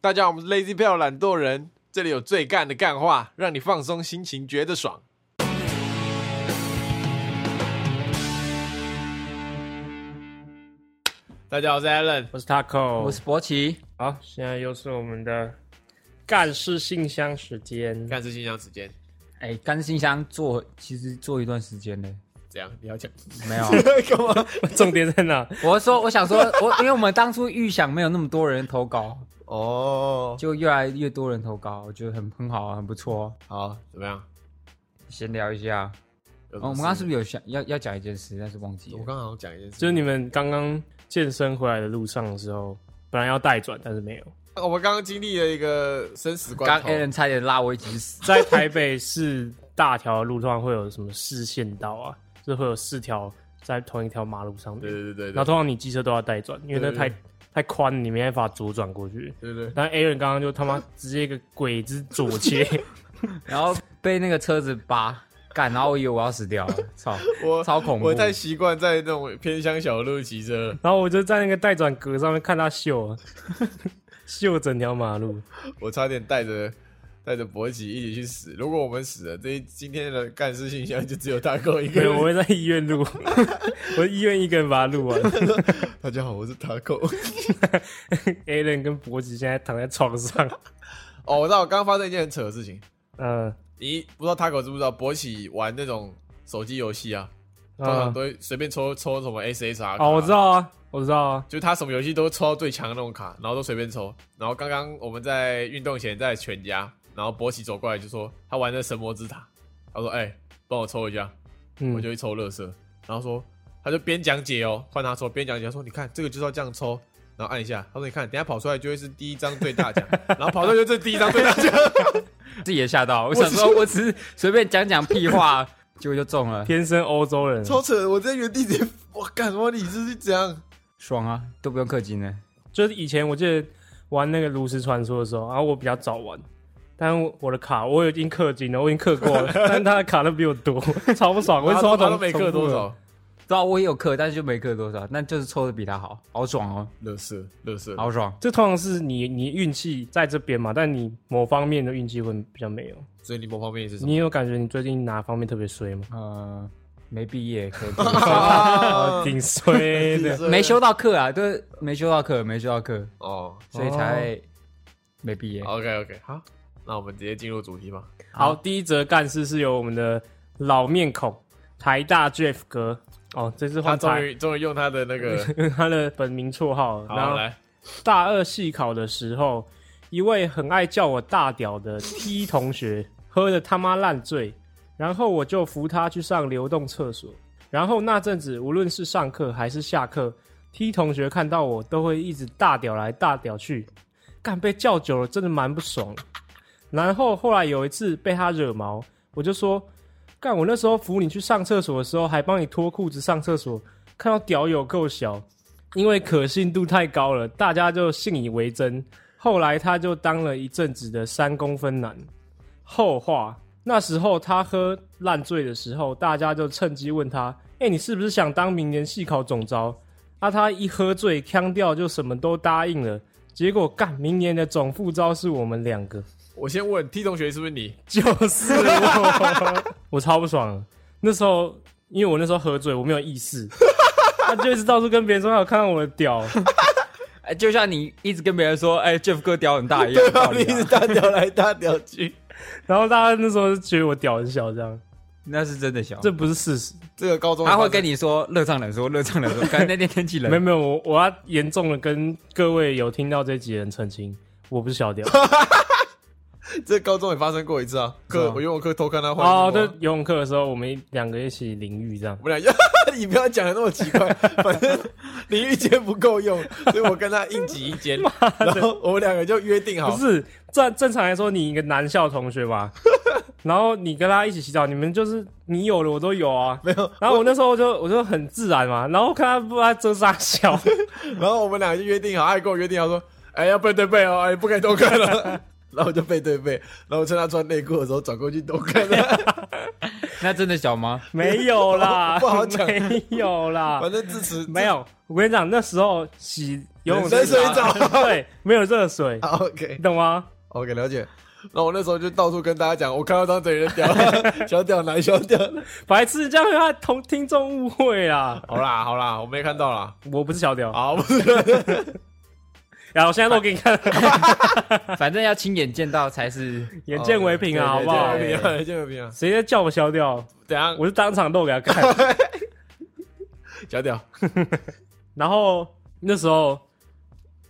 大家好，我们是 Lazy Bell 懒惰人，这里有最干的干话，让你放松心情，觉得爽。大家好，我是 Alan。我是 Taco，我是博奇，好，现在又是我们的干事信箱时间。干事信箱时间，哎、干信箱做其实做一段时间嘞，怎样？你要讲没有，干嘛？ 重点在哪？我是说我想说，我因为我们当初预想没有那么多人投稿，哦，就越来越多人投稿，我觉得很很好啊，很不错、哦。好，怎么样？闲聊一下，有什么哦、我们事刚刚是不是有想要要讲一件事，但是忘记我了？刚刚好像讲一件事，就是你们刚刚健身回来的路上的时候，本来要带转，但是没有。我们刚刚经历了一个生死关刚头。 Alan 差点拉我一起死，在台北市大条的路上会有什么四线道啊？就是会有四条在同一条马路上面对对对对然后对通常你机车都要带转，因为那对太对太宽，你没办法左转过去。对对，但 Aaron 刚刚就他 妈直接一个鬼子左切，然后被那个车子扒干，然后我以为我要死掉了，操，我超恐怖我。太习惯在那种偏乡小路骑车了，然后我就在那个待转格上面看他 秀啊，秀整条马路。我差点带着带着博奇一起去死。如果我们死了，这一今天的干事信箱就只有大狗一个没有，我人。会在医院录， 我医院一个人把它录完。 大家好，我是大狗。 Alan 跟博吉现在躺在床上，哦，我知道，我刚刚发生一件很扯的事情。嗯、你不知道 Taco 知不知道？博奇玩那种手机游戏啊，呃，通常都会随便抽抽什么 SSR。哦，我知，道啊，我知道啊，就是他什么游戏都抽到最强的那种卡，然后都随便抽。然后刚刚我们在运动前在全家，然后博奇走过来就说他玩的神魔之塔，他说：“哎、帮我抽一下。”嗯，我就去抽乐色，然后说他就边讲解哦，换他抽边讲解，他说你看这个就是要这样抽，然后按一下，他说你看等一下跑出来就会是第一张最大 奖，然后跑出来就是第一张最大 奖，自己也吓到，我想说我只是随便讲讲屁话，结果就中了，天生欧洲人，啊超扯！我在原地直接，我干什么？你这是怎样？爽啊，都不用氪金了。就是以前我记得玩那个炉石传说的时候，然、后我比较早玩。但我我的卡我已经氪金了，我已经氪 过了，但他的卡都比我多，超不爽。我他抽到他都重没氪多，重复的少，对啊，我也有氪，但是就没氪多少，那就是抽的比他好，好爽哦，乐色乐色，好爽。这通常是你你运气在这边嘛，但你某方面的运气会比较没有。所以你某方面是什么？你有感觉你最近哪方面特别衰吗？呃，没毕业 可以啊 挺衰的。没修到课啊，就是没修到课，没修到课，哦所以才会没毕业。 ，OK OK，好，那我们直接进入主题吧。 好，第一则干事是由我们的老面孔台大 Jeff 哥哦，这次他换终台于终于用他的那 个，他的本名绰号。然好后来，大二系考的时候，一位很爱叫我大屌的 T 同学喝的他妈烂醉，然后我就扶他去上流动厕所。然后那阵子，无论是上课还是下课，T 同学看到我都会一直大屌来大屌去，干被叫久了真的蛮不爽的。然后后来有一次被他惹毛，我就说：“干，我那时候扶你去上厕所的时候，还帮你脱裤子上厕所，看到屌有够小，因为可信度太高了，大家就信以为真。”后来他就当了一阵子的三公分男。后话，那时候他喝烂醉的时候，大家就趁机问他：“哎、你是不是想当明年系考总招？”啊，他一喝醉，腔调就什么都答应了。结果干，明年的总副招是我们两个，我先问 T 同学是不是你？ 就是我， 我超不爽的。那时候，因为我那时候喝醉，我没有意 识，他就一直到处跟别人说他有看到我的屌，哎，就像你一直跟别人说，哎，Jeff 哥屌很大一样，道理啊大屌来大屌去，然后大家那时候就觉得我屌很小，这样，哦那是真的小。这不是事实。这个高中他会跟你你说热胀冷缩，热胀冷 缩。可能那天天气没有冷，没有，我我要严重的跟各位有听到这集的人澄清，我不是小 屌。这高中也发生过一次啊，是课吗我游泳课偷看他换哦，衣服对啊，游泳课的时候，我们两个一起淋浴这样。我们俩， 你不要讲的那么奇怪，反正淋浴间不够用，所以我跟他硬挤一间，然后我们两个就约定不好，是正正常来说，你一个男校同 学吧，然后你跟他一起洗澡，你们就是你有了我都有啊。没有，然后我那时候就我就很自然嘛，然后看他不知道遮啥笑，然后我们两个就约定好，他也跟我约定好说，哎，要背对背哦，哎，不可以偷看了。 然后我就背对背，然后我趁他穿内裤的时候转过去偷看他。那真的小吗？ 没有啦，不好讲没有啦，反正自此没有。我跟你讲，那时候洗游冷泳池水打澡。对，没有热水，好，OK 你懂吗？ OK，了解。那我那时候就到处跟大家讲，我看到张嘴人屌， 小屌男，小屌男。白痴，这样会让同听众误会啦。好啦好啦，我没看到啦。我不是小屌，好，不是然后我现在都给你看，反正要亲眼见到才是。眼见为凭啊，好对不好对？对见和平啊，见和平啊。 谁在叫我小屌，等一下我就当场露给 他看。小屌，然后那时候，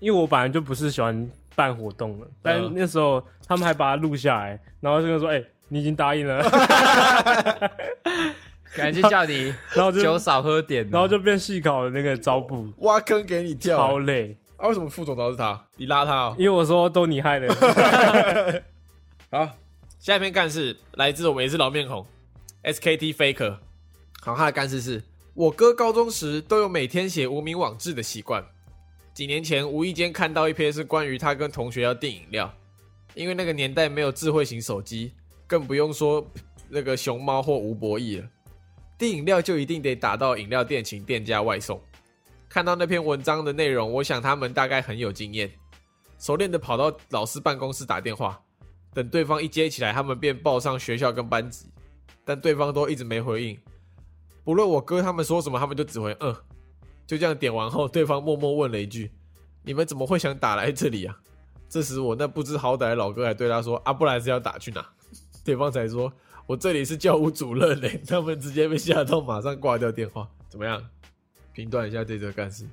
因为我本来就不是喜欢办活动的，但嗯那时候他们还把它录下来，然后就跟我说：“哎、你已经答应了。 感觉叫你” 然后 就酒少喝点，啊然后就变细考的那个招募，挖坑给你跳。超累，啊，为什么副总导是他？你拉他哦。因为我说都你 害的。好，下一篇干事来自我们也是老面孔，SKT Faker。好，他的干事是：我哥高中时都有每天写无名网志的习惯。几年前无意间看到一篇是关于他跟同学要订饮料，因为那个年代没有智慧型手机，更不用说那个熊猫或吴博弈了。订饮料就一定得打到饮料店请店家外送。看到那篇文章的内容，我想他们大概很有经验，熟练的跑到老师办公室打电话，等对方一接起来，他们便报上学校跟班级，但对方都一直没回应。不论我哥他们说什么，他们就只回嗯。就这样点完后，对方默默问了一句：“你们怎么会想打来这里啊？” 这时我那不知好歹的老哥还对他说：“啊，不然是要打去哪？”对方才说：“啊我这里是教务主任嘞。”他们直接被吓到，马上挂掉电话。怎么样？评断一下这则干事。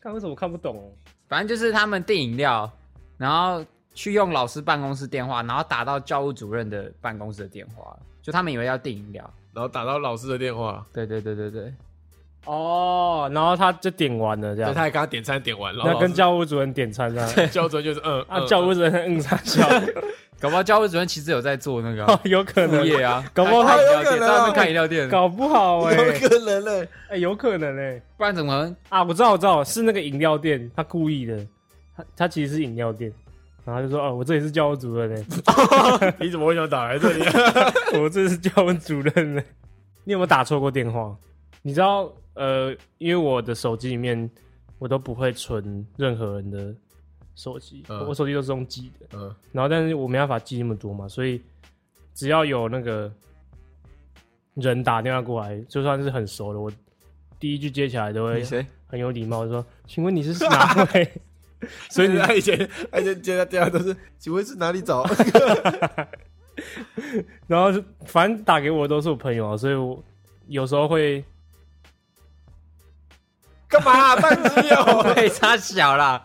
看为什么看不懂？反正就是他们订饮料，然后去用老师办公室电话，然后打到教务主任的办公室的电话，就他们以为要订饮料。然后打到老师的电话，对对对对对，哦，然后他就点完了这对，样他，还给他点餐点完，然后那老跟师教务主任点餐这样。教主任就是嗯啊，嗯教嗯务主任嗯傻笑，搞不好教务主任其实有在做那个啊哦有可副能，业啊，搞不好他开有可能饮料店，在啊外面开饮料店，搞不好哎、有可能嘞、哎、有可能哎、不然怎么 啊，我知道，我知道，是那个饮料店，他故意的，他他其实是饮料店，然后他就说哦，我这里是教务主任呢、 你怎么会想打来这里、啊 我这是教务主任呢、你有没有打错过电话？你知道，呃，因为我的手机里面我都不会存任何人的手机，嗯我手机都是用记的，嗯，然后但是我没办法记那么多嘛，所以只要有那个人打电话过来，就算是很熟的，我第一句接起来都会你谁？很有礼貌地说：“请问你是哪位？” 所以你他以 前，他以前接他电话都是，请问是哪里 找？然后就反正打给我都是我朋友啊，所以我有时候会 干嘛、啊？当机哦，对，差小啦，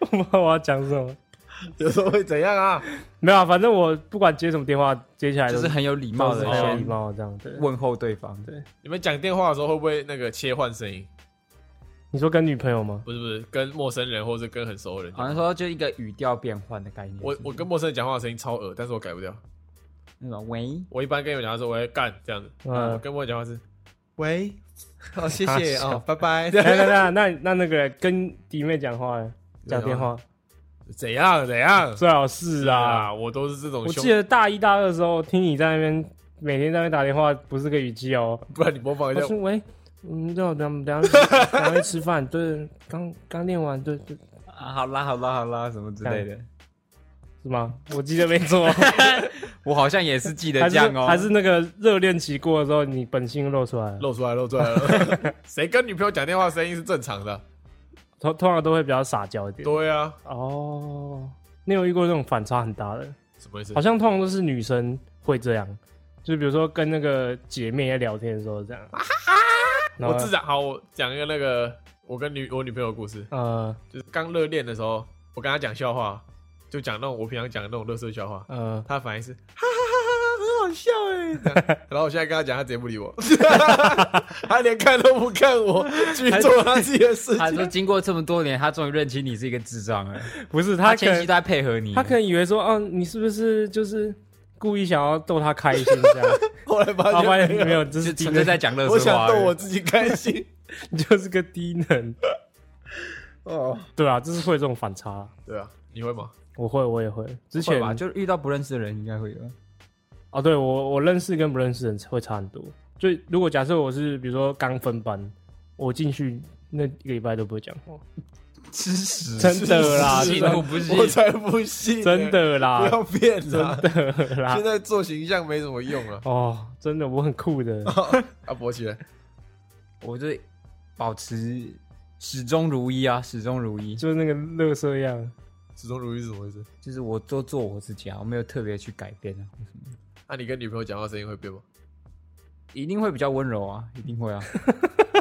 我不知道我要讲什么， 有时候会怎样啊？没有、啊，反正我不管接什么电话，接起来就都是很有礼貌都是的很有礼先貌这样子。问候对方。对，你们讲电话的时候会不会那个切换声音？你说跟女朋友吗？不是不是，跟陌生人或者跟很熟的人好像讲。说就一个语调变换的概念。我我跟陌生人讲话的声音超恶，但是我改不掉。那种喂，我一般跟你们讲话的时候，我会干这样子。嗯嗯，我跟陌生人讲话是，喂， 好，谢谢 啊哦，拜拜。那那那那那那个跟弟妹讲话，讲电话怎样怎样？最好是啊。啊，我都是这种我凶记，得大一大二的时候，听你在那边每天在那边打电话，不是个语气哦，不然你模仿一我下说喂，嗯，对，等等下等下去吃饭，对，刚刚练完，对对，啊，好啦好啦好啦，什么之类的。是吗？我记得没错， 我好像也是记得还这是样哦，还是那个热恋期过的时候，你本性露出来了，露出来露出来 了。谁跟女朋友讲电话声音是正常的？通通常都会比较撒娇一点。对啊，哦，你有遇过这种反差很大的？什么意思好？像通常都是女生会这样，就比如说跟那个姐妹在聊天的时候这样。啊然我后自然好，我讲一个那个我跟女我女朋友的故事，呃就是刚热恋的时候，我跟她讲笑话，就讲那种我平常讲的那种乐色笑话， 呃，她的反应 是哈哈哈哈，很好笑哎这样。然后我现在跟她讲，她直接不理我， 她连看都不看我，去做她自己的事他情。说经过这么多年，他终于认清你是一个智障了。不是他她可前期能都在配合你，她可能以为说，嗯、你是不是就是故意想要逗她开心这样？后来发啊，发现没现有没有，这就是低纯能粹，在讲乐我色想话逗我而已。自己开心。你 就是个低能。哦，对啊，就是会有这种反差。对啊，你会 吗？我会，我也会。之会前吧，就遇到不认识的人应该会有。哦，对我我认识跟不认识人会差很多。就如 果假设我是比如说刚分班，我进去那一个礼拜都不会讲话，吃屎，真的啦，是信是我不信我才不信欸，真的不啦，要骗啊！真的 啦。现，在做形象没什么用了哦，真的，我很酷的，啊，博起来，我就保持始终如一啊，始终如一，就是那个乐色样。始终如一是怎么回事？就是我都做我自己啊，我没有特别去改变啊，那、你跟女朋友讲话声音会变吗？一定会比较温柔啊，一定 会啊，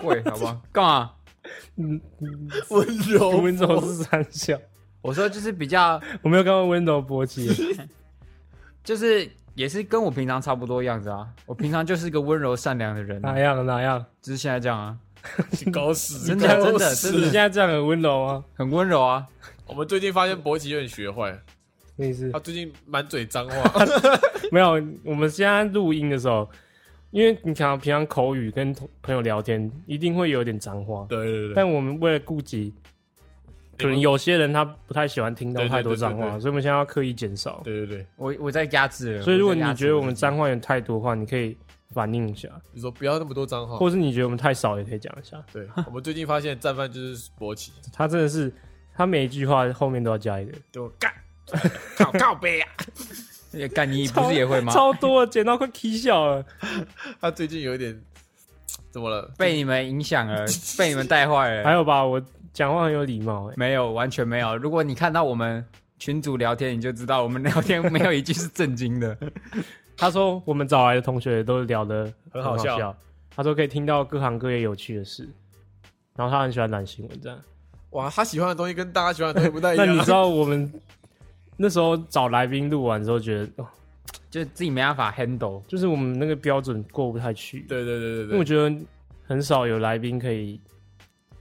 会好不好？干嘛？嗯，嗯温柔温柔是三小，我说就是比较，我没有刚刚温柔勃起， 就是也是跟我平常差不多样子啊，我平常就是个温柔善良的人、啊哪，样哪样？只是现在这样啊，你搞死！真的你搞真的死你现在这样很温柔啊？很温柔啊，我们最近发现博奇有点学坏，什么意思他？最近满嘴脏 话，没有，我们现在录音的时候，因为你想平常口语跟同朋友聊天，一定会有点脏话，对对对对，但我们为了顾及，可能有些人他不太喜欢听到对对太多对对脏对话，所以我们现在要刻意减少。对对对，我我在压制了，所以如果你在压制觉得我们自己脏话有点太多的话，你可以反映一下，你说不要那么多脏话，或是你觉得我们太少也可以讲一下。对，我们最近发现战犯就是博奇，他真的是，他每一句话后面都要加一个，就干，靠靠背啊！也干你不是也会吗？ 超多了，剪到快踢笑了。他最近有一点怎么了？被你们影响 了，被你们带坏了还。有吧，我讲话很有礼貌、欸，没有，完全没有。如果你看到我们群主聊天，你就知道我们聊天没有一句是正经的。他说我们找来的同学都聊得很好好笑他说可以听到各行各业有趣的事，然后他很喜欢懒新闻这样。哇，他喜欢的东西跟大家喜欢的东西不太一那样。你知道我们那时候找来宾录完之后，觉得、哦、就自己没办法 handle，就是我们那个标准过不太去， 对对对对因为对我，觉得很少有来宾可以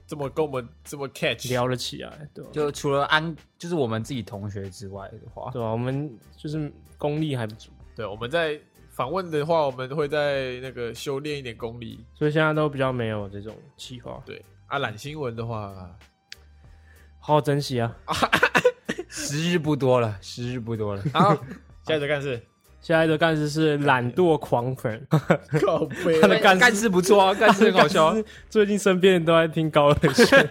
这么跟我们这么 catch，聊得起来，对吧、就除了安，就是我们自己同学之外的话，对吧、我们就是功力还不足，对，我们在访问的话，我们会在那个修炼一点功力。所以现在都比较没有这种计划，对啊，懒新闻的话，好好珍惜啊！时日不多了，时日不多了。 好，下一则干 事，现在的干事是懒惰狂 粉，靠背他的干事干事不错啊，干事很好笑啊。 最近身边人都在听高尔宣，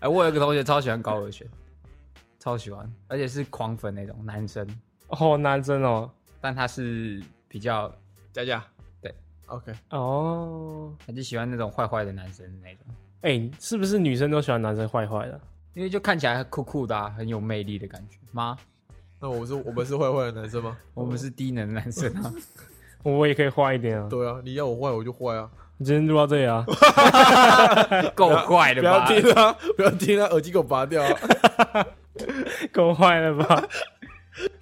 哎，我有一个同学超喜欢高尔宣，超喜欢，而且是狂粉那种男生，哦，男生哦，但他是比较，佳佳，对，OK，哦，他就喜欢那种坏坏的男生那种，哎、是不是女生都喜欢男生坏坏的？因为就看起来酷酷的、啊，很有魅力的感觉吗？那我是我们是坏坏的男生吗？ 我们是低能男生啊。我也可以坏一点啊！对啊，你要我坏我就坏啊，你今天录到这里 啊，够坏的不要吧？听啊，不要听啊，耳机给我拔掉啊。够坏了 吧？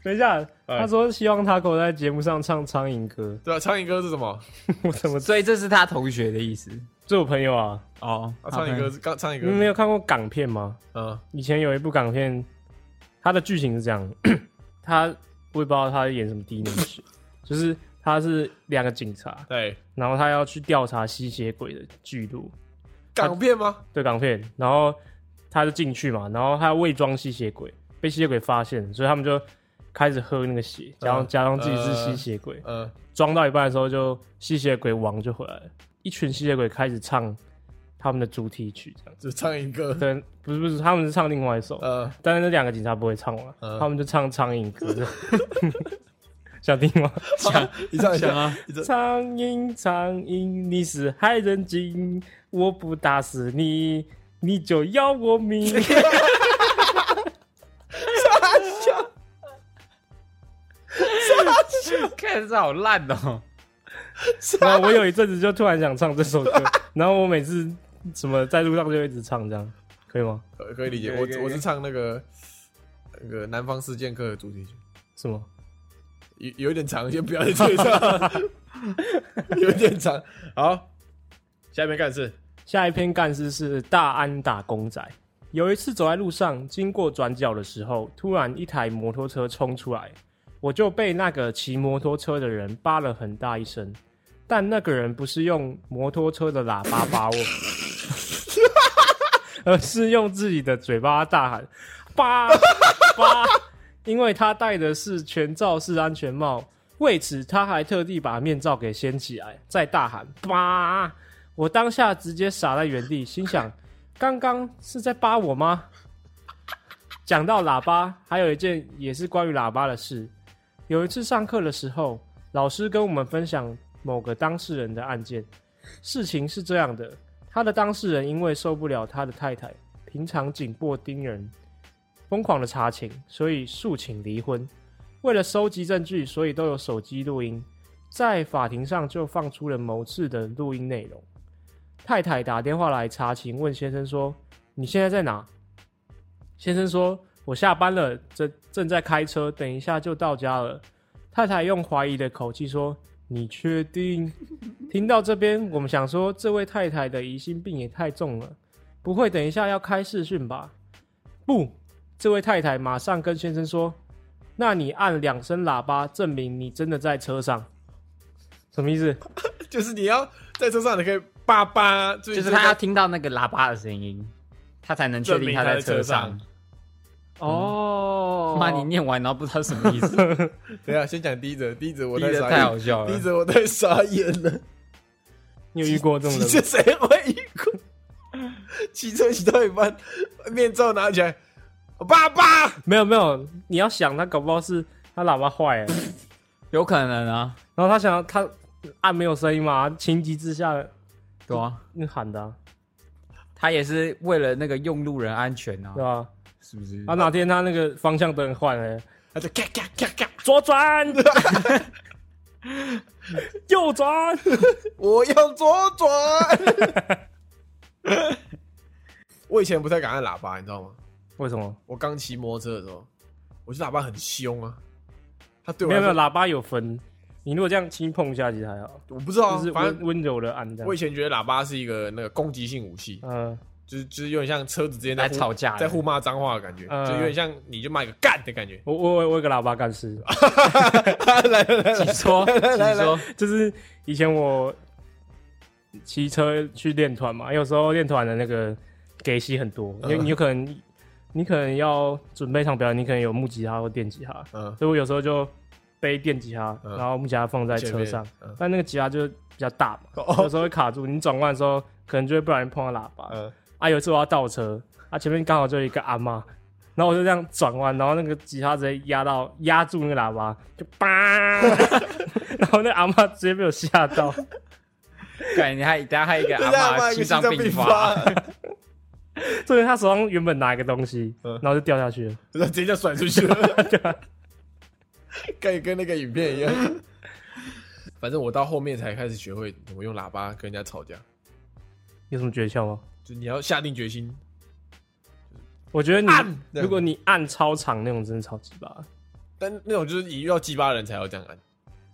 等一下，哎他说希望他给我在节目上唱苍蝇歌， 对啊，苍蝇哥是什么？ 我怎么所以这是他同学的意思 这我朋友啊？哦。啊，苍蝇哥是刚苍蝇你们没哥，有看过港片吗？嗯，以前有一部港片，它的剧情是这 样：他我也不知道他演什么低能 史，就是他是两个警察，对，然后他要去调查吸血鬼的记录，港片吗？对港片，然后他就进去嘛，然后他伪装吸血鬼，被吸血鬼发现，所以他们就开始喝那个血，假装、嗯假装自己是吸血鬼，呃，装、到一半的时候就吸血鬼王就回来了，一群吸血鬼开始唱他们的主题曲，这样，就苍蝇哥，对，不是不是，他们是唱另外一首，呃，但是那两个警察不会唱完，嗯他们就唱苍蝇歌，这样 想听吗？你这样想啊，啊，苍蝇，苍蝇，你是害人精，我不打死你，你就要我命。 看这好烂哦。 然后我有一阵子就突然想唱这首歌，然后我每次什么在路上就一直唱，这样可以吗？呃可可以理解。可以我可以我可是以唱那个那个《南方四剑客》的主题曲，什么？有有一点长，先不要在这里唱， 有一点长。好，下面干事， 下一篇干事是大安打工仔。有一次走在路上，经过转角的时候，突然一台摩托车冲出来，我就被那个骑摩托车的人扒了很大一声。但那个人不是用摩托车的喇叭扒我，而是用自己的嘴巴大喊“扒扒”，因为他戴的是全罩式安全帽。为此，他还特地把面罩给掀起来，再大喊“扒”。我当下直接傻在原地，心想：刚刚是在扒我吗？”讲到喇叭，还有一件也是关于喇叭的事。有一次上课的时候，老师跟我们分享某个当事人的案件。事情是这样的，他的当事人因为受不了他的太太平常紧迫盯人，疯狂的查寝，所以诉请离婚。为了收集证据，所以都有手机录音，在法庭上就放出了某次的录音内容。太太打电话来查寝，问先生说：“你现在在哪？”先生说：“我下班了，正正在开车，等一下就到家了。”太太用怀疑的口气说：“你确定？” 听到这边，我们想说，这位太太的疑心病也太重了，不会等一下要开视讯吧？不，这位太太马上跟先生说：“那你按两声喇叭，证明你真的在车上。”什么意思？就是你要在车上，你可以叭叭，就就是他要听到那个喇叭的声音，他才能确定他在车证明他在车上。哦，妈，你念完然后不知道什么意思， 等一下先讲第一则，第一则我逼的傻太眼，好笑第一了。则我太傻眼了，你有遇过这种你人这吗？谁会一过？骑车骑到一半，面罩拿起来，爸爸，没有没有，你要想，他搞不好是他喇叭坏 了，有可能啊，然后他想要他按没有声音嘛，情急之下对啊，那喊的啊、他也是为了那个用路人安全啊对，吧？是不是啊，？哪天他那个方向灯换 了，他就咔咔咔咔，左转， 右转，我要左转。我以前不太敢按喇叭，你知道吗？为什么？我刚骑摩托车的时候，我觉得喇叭很凶啊。他对我没来有说没有，喇叭有分，你如果这样轻碰一下，其实还好，我不知道、就是啊，反温正温柔的按这我以样。前觉得喇叭是一个那个攻击性武器，嗯，就是就是有点像车子之间在来互吵架的在互骂脏话的感觉，嗯。就有点像你就骂一个干的感觉我我我我有个喇叭干事，来来来，请说，请说， 就是以前我骑车去练团嘛，有时候练团的那个给息很多，因为嗯你有可能你可能要准备一场表演，你可能有木吉他或电吉他，嗯，所以我有时候就背电吉他，嗯然后木吉他放在车上，前面，嗯但那个吉他就比较大嘛，有哦，时候会卡住，你转弯的时候可能就会不小心碰到喇叭。嗯，啊，有一次我要倒车，啊，前面刚好就有一个阿妈，然后我就这样转弯，然后那个吉他直接压到压住那个喇叭，就叭， 然后那个阿妈直接被我吓到。对，你还等下还有一个对啊，阿骂妈一个心心脏脏病病发，发，重点他手上原本拿一个东西，嗯然后就掉下去了。然后 直接就甩出去了， 跟跟那个影片一样。反正我到后面才开始学会怎么用喇叭跟人家吵架，有什么诀窍吗？就你要下定决心我觉得按你，对如果你按超长那种，真的超级巴。但那种就是你遇到鸡巴的人才要这样按，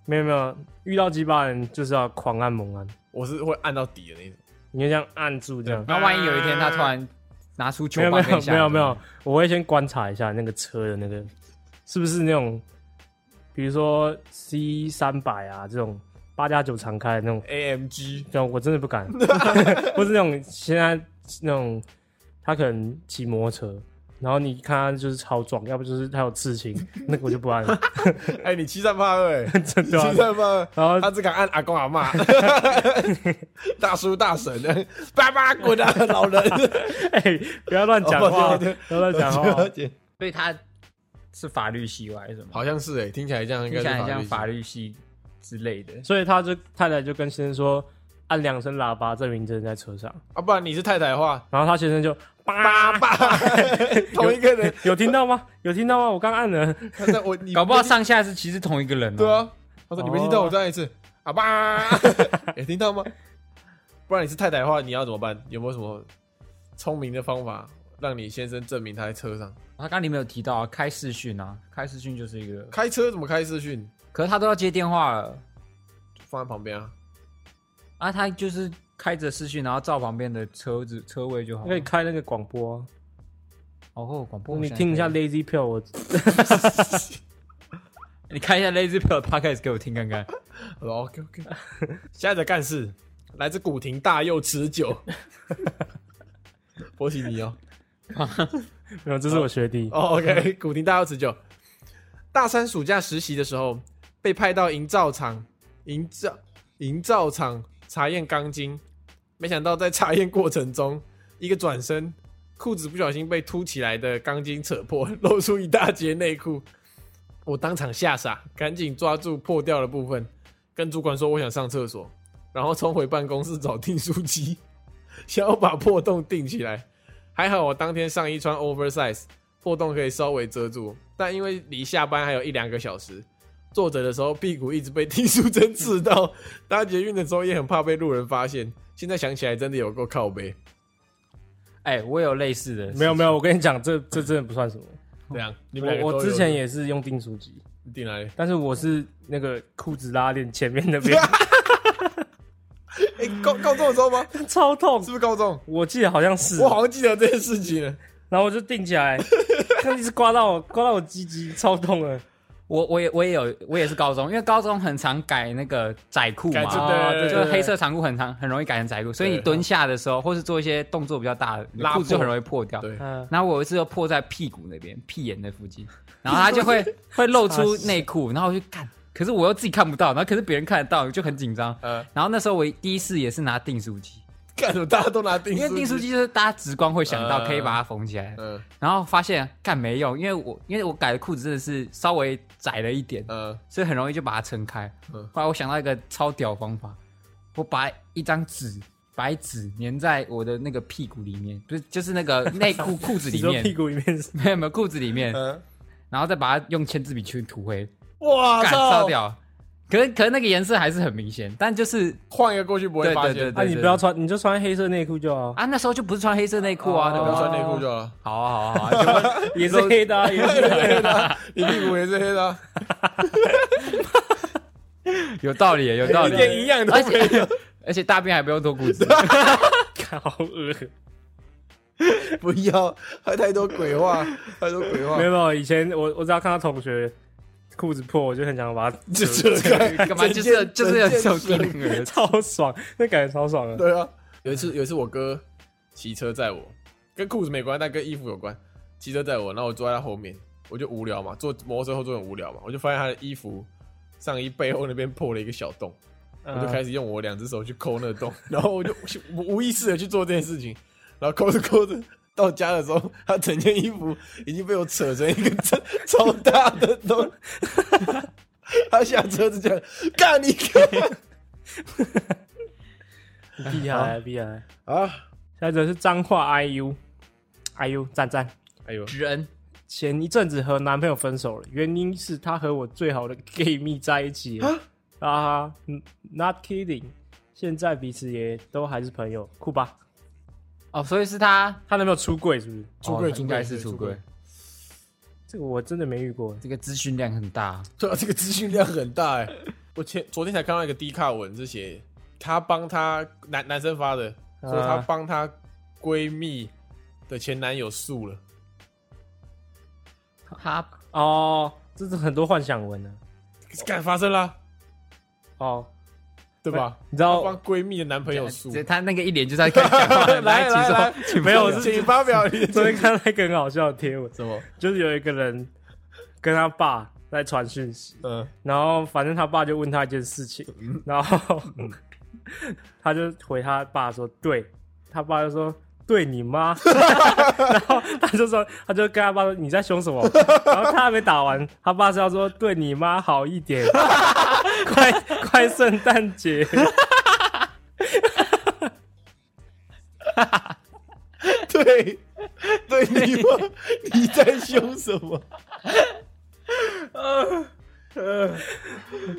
没有没有，遇到鸡巴人就是要狂按猛按，我是会按到底的那种。你就这样按住这样。然后万一有一天他突然拿出球没有没棒跟有你下，没有没有，我会先观察一下那个车的那个是不是那种，比如说 C 三百啊这种八加九常开的那种， AMG，这种我真的不敢， 或是那种现在那种他可能骑摩托车，然后你看他就是超壮，要不就是他有刺青，那个我就不按了，哎、你欺善怕恶、欸，真你的啊、欺善怕恶。然后他只敢按阿公阿 妈，大叔大婶，爸爸滚 啊，老人！ 哎、不要乱讲话，哦抱歉不要乱讲 哦话。所以他是法律系吧，还是什么？好像是哎、听起来这样应该是听起来很像法法律系。律系之类的。所以他就太太就跟先生说，按两声喇叭证明真的在车上，啊，不然你是太太的话，然后他先生就叭爸爸， 同一个人， 有听到吗？有听到吗？我刚按了。他说我你搞不好上下是其实同一个人、哦。对，啊，他说你没听到，哦我再按一次，阿爸， 有听到吗？不然你是太太的话，你要怎么办？有没有什么聪明的方法让你先生证明他在车上？他刚刚你没有提到、啊、开视讯啊，开视讯就是一个，开车怎么开视讯？可是他都要接电话了就放在旁边啊，啊，他就是开着视讯，然后照旁边的车子车位就好可以了。开那个广播啊、哦，广播，哎你听一下我现在可 Lazy p i l 我以，你开一下 Lazy p i l 的 podcast 给我听看看。我说 OK OK，现在的干事来自古亭大佑持久， 波西尼哦，没有，这是我学弟。哦 OK，古亭大佑持久，大三暑假实习的时候被派到营造厂，营造营造厂查验钢筋，没想到在查验过程中一个转身，裤子不小心被凸起来的钢筋扯破， 露出一大截内裤。我当场吓傻，赶紧抓住破掉的部分，跟主管说我想上厕所，然后冲回办公室找订书机， 想要把破洞订起来。还好我当天上衣穿 oversize，破洞可以稍微遮住，但因为离下班还有一两个小时，坐着的时候屁股一直被订书针刺到， 搭捷运的时候也很怕被路人发现。现在想起来真的有够靠背， 哎、我有类似的，没有没有，我跟你讲，这这真的不算什么。哦这样你们两个我我都之有前也是用订书机，订来，但是我是那个裤子拉链前面那 边 哎、高高中的时候吗？超痛是，不是高中？我记得好像是，我好像记得这件事情了。然后我就定起来， 看一直刮到我，刮到我鸡鸡，超痛的。我我也我也有我也是高中，因为高中很常改那个窄裤改制嘛，对哦对嗯对就是黑色长裤很常很容易改成窄裤，所以你蹲下的时候，或是做一些动作比较大的，你拉裤子就破很容易破掉。对，嗯，然后我有一次就破在屁股那边，屁眼那附 近，然后它就会会露出内裤，然后我就看，可是我又自己看不到，然后可是别人看得到，就很紧张。呃，然后那时候我第一次也是拿订书机，干什么？大家都拿订书，因为订书，机就是大家直观会想到呃可以把它缝起来，嗯然后发现干没用，因为我因为我改的裤子真的是稍微窄了一点，呃，所以很容易就把它撑开。嗯后来我想到一个超屌方法，我把一张纸。白纸粘在我的那个屁股里面，不是就是 那个内裤裤子你里说面，屁股里面是没有没有裤子里面，嗯，然后再把它用签字笔去涂黑，哇干操烧！掉。可是可是那个颜色还是很明显，但就是换一个过去不会发对对现，啊，你不要穿，你就穿黑色内裤就好， 啊那时候就不是穿黑色内裤啊，哦对不不要对？穿内裤就好了。好啊好啊好啊，就会也是黑的 啊，也是黑的啊。你屁股也是黑的啊，有道理有 道一啊理，点营养都而没有。 且而且大便还不用脱裤子，看好恶，不要，还太多鬼话，太多鬼话没有没有，以前我我只要看到同学裤子破，我就很想把它就扯扯开，干嘛整就是件就是有整件手蛇定那个，超爽，那感觉超爽的。对啊，有一次有一次我哥骑车载我，跟裤子没关，但跟衣服有关。骑车载我，然后我坐在他后面，我就无聊嘛，坐摩托车后座很无聊嘛，我就发现他的衣服上衣背后那边破了一个小洞，我就嗯开始用我两只手去抠那个洞， 然后我就我无意识的去做这件事情，然后抠着抠着。到家的时候，他整件衣服已经被我扯成一个 超超大的洞。 他下车子讲：“干你干厉害厉害。啊下一则是彰化 IU，IU 赞赞。！”哎呦，知恩前一阵子和男朋友分手了，原因是他和我最好的 gay 蜜在一起了啊哈嗯，Not kidding，现在彼此也都还是朋友，酷吧？哦，所以是他她男朋友出柜是不是？出柜哦出应柜该是对出出柜柜，这个我真的没遇过，这个资讯量很大，对啊，这个资讯量很大哎、我前昨天才看到一个低卡文，是写她帮她男男生发的，说她啊帮她闺蜜的前男友诉了。他哦，这是很多幻想文呢、啊可是干发生啦、哦，对吧？你知道帮闺蜜的男朋友诉，，他那个一脸就在看讲话 来来来来请说，没有我是请发表你昨的天看到一个很好笑的贴 文，什么？就是有一个人跟他爸在传讯息，嗯，然后反正他爸就问他一件事情，然后他就回他爸说：“对。”他爸就说：“对你妈。” 然后他就说，他就跟他爸说：“你在凶什么？” 然后他还没打完，他爸是要说：“对你妈好一点， 快快圣诞节。 对，对你吗？ 你在凶什么？”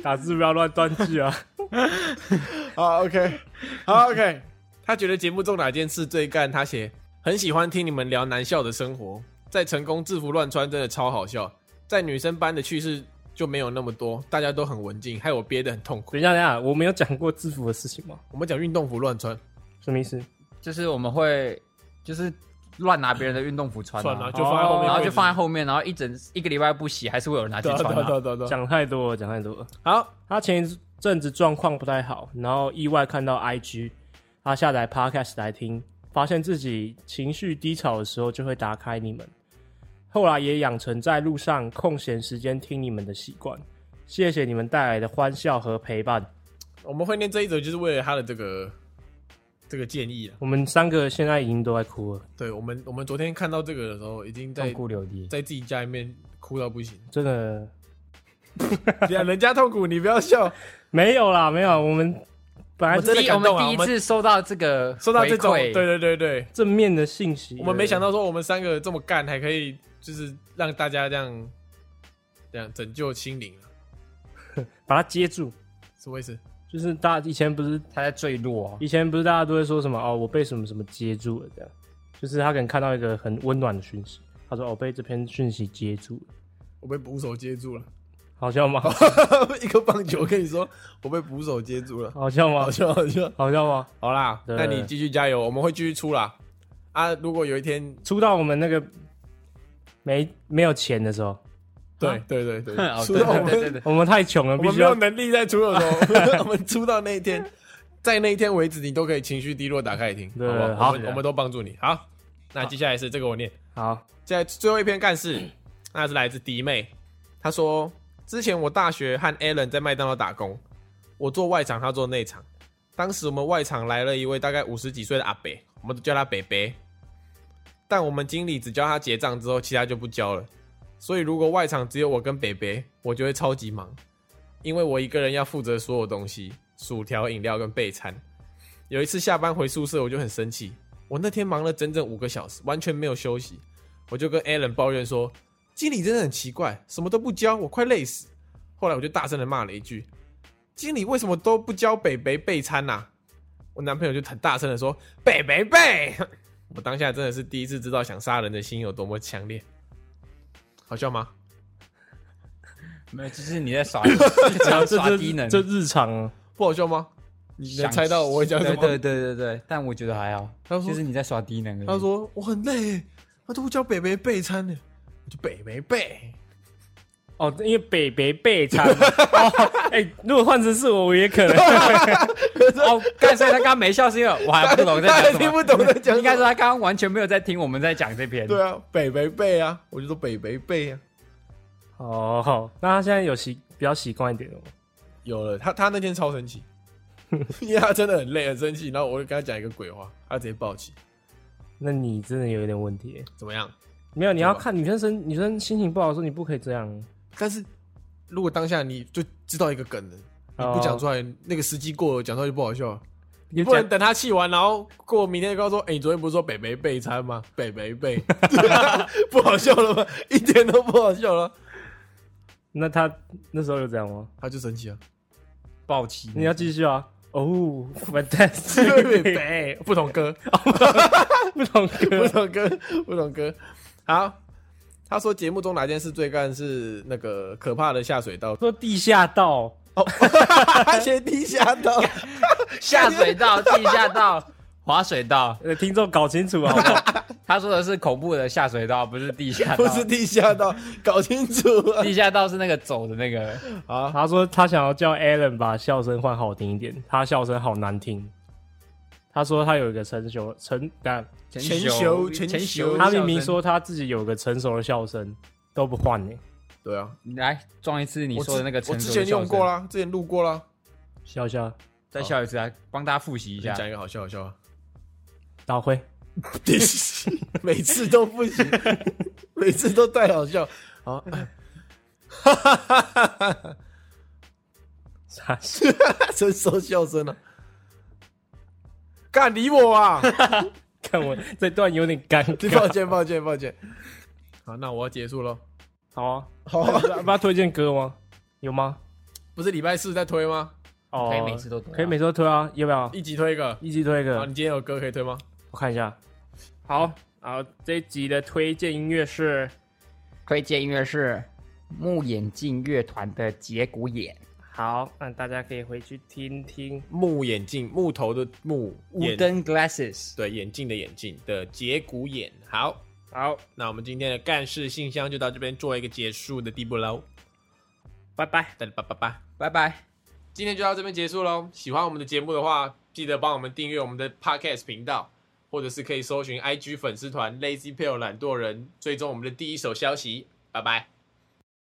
打字不要乱断句啊！好，OK，好，OK。他觉得节目中哪件事最干？他写很喜欢听你们聊男校的生活，在成功制服乱穿真的超好笑，在女生班的趣事就没有那么多，大家都很文静，害我憋得很痛苦等。一下，等一下，我没有讲过制服的事情吗？我们讲运动服乱穿，什么意思？就是我们会就是乱拿别人的运动服穿算了，啊，就放在哦后面，然后就放在后面，然后一整一个礼拜不洗，还是会有人拿去对穿对啊。对对对。讲太多了，讲太多了。好，他前一阵子状况不太好，然后意外看到 IG，他下载 Podcast 来听，发现自己情绪低潮的时候就会打开你们。后来也养成在路上空闲时间听你们的习惯。谢谢你们带来的欢笑和陪伴。我们会念这一则，就是为了他的这个这个建议啊。我们三个现在已经都在哭了，对我们，我们昨天看到这个的时候，已经痛在哭流涕。在自己家里面哭到不 行。真的对啊人家痛苦，你不要笑。没有啦，没有，我们本来我真的第一我感动啊们第一我们次收到这个说到这种，回对馈对对对，正面的信息，我们没想到说我们三个这么干，还可以就是让大家这样这样拯救心灵啊把它接住，什么意思？就是大以前不是他在坠落啊，以前不是大家都会说什么哦，我被什么什么接住了这样，就是他可能看到一个很温暖的讯息，他说哦被这篇讯息接住了，我被捕手接住了，好笑吗？ 一个棒球跟你说，我被捕手接住了，好笑 吗好？笑好笑。好笑吗？好啦，对那你继续加油，我们会继续出啦。啊，如果有一天，出到我们那个没没有钱的时候，对对对啊 对 哦，出对到我对对对们对，我们太穷了，我必们须没要有能力再出的时 候，我们出到那一天，在那一天为止，你都可以情绪低落打开来听，对好不好我们我们都帮助你。好，那接下来是这个我念。好现在最后一篇干事，那是来自迪妹，她说：之前我大学和 Alan 在麦当劳打工，我做外场，他做内场。当时我们外场来了一位大概五十几岁的阿伯，我们都叫他北北，但我们经理只教他结账之后，其他就不教了。所以如果外场只有我跟北北，我就会超级忙，因为我一个人要负责所有东西，薯条、饮料跟备餐。有一次下班回宿舍，我就很生气，我那天忙了整整五个小时，完全没有休息。我就跟 Alan 抱怨说，经理真的很奇怪，什么都不教，我快累死。后来我就大声的骂了一句：“经理为什么都不教北北备餐呐、我男朋友就很大声的说：“北北备！” 我当下真的是第一次知道想杀人的心有多么强烈，好笑吗？没有，就是你在耍， 你只要这耍低能，这日常啊，不好笑吗？你能想猜到我会讲什对么？对对对对，但我觉得还好，他说就是你在耍低能而已。他说我很累，他都不教北北备餐呢，我就北北备。哦，因为北北备 餐哦，哎、如果换成是我，我也可能哦，刚才他刚刚没笑是因为我还不懂 在他讲还什听么，不懂在讲什么，应该是他刚刚完全没有在听我们在讲这篇。对啊，北北备啊，我就说北北备啊。哦。好，那他现在有习比较习惯一点了吗，哦有了，他他那天超生气，因为他真的很累很生气，然后我就跟他讲一个鬼话，他直接暴起，那你真的有一点问题。怎么样？没有，你要对吧看女生身女生心情不好的时候，你不可以这样。但是如果当下你就知道一个梗了，你哦不讲出来，那个时机过了，讲出来就不好笑了。你不能等他气完，然后过明天就跟他说：“哎、你昨天不是说北北备餐 吗？北北备，不好笑了吗？一点都不好笑了。那他那时候有这样吗？”他就生气了，暴气，你要继续啊。哦 北，fantastic，北不同歌，不 同不歌。懂哥，不懂哥。好，他说节目中哪件事最干是那个可怕的下水道，说地下道， 他写哦地下道，下水道、地下道、滑水道。呃，听众搞清楚好不 好？他说的是恐怖的下水道，不是地下道。不是地下道，搞清楚地下道是那个走的那个。 啊！好，他说他想要叫 Alan 把笑声换好听一点，他笑声好难听。他说他有一个成熟成，但前修前前修修，他明明说他自己有个成熟的笑声，都不换呢、对啊，你来装一次你我说的那个我成熟之的前用笑声过，啦，之前录过啦。笑笑再笑一次啊，帮大家复习一你下。讲一个好笑好笑啊！大辉， 每次都不行， 每次都太好笑。好，傻笑 真收笑声了、干理我啊！看我这段有点尴抱尬。歉抱歉抱歉。好，那我要结束喽。好啊，好啊、要帮他推荐歌吗？有吗？不是礼拜四在推吗？哦，可以每次都推啊可以每次都推啊，要不要？一集推一个。一起推一好，个你，今天有歌可以推吗？我看一下。好，然后这一集的推荐音乐是推荐音乐是木眼镜乐团的《节骨眼》。好，那大家可以回去听听。木眼镜，木头的木，眼 Wooden Glasses，对眼镜的眼镜的节骨眼。好，好，那我们今天的干事信箱就到这边做一个结束的地步喽。拜拜。大家拜拜拜，拜拜。今天就到这边结束喽。喜欢我们的节目的话，记得帮我们订阅我们的 Podcast 频道，或者是可以搜寻 IG 粉丝团 Lazy p a l e 懒惰人，追踪我们的第一手消息。拜拜。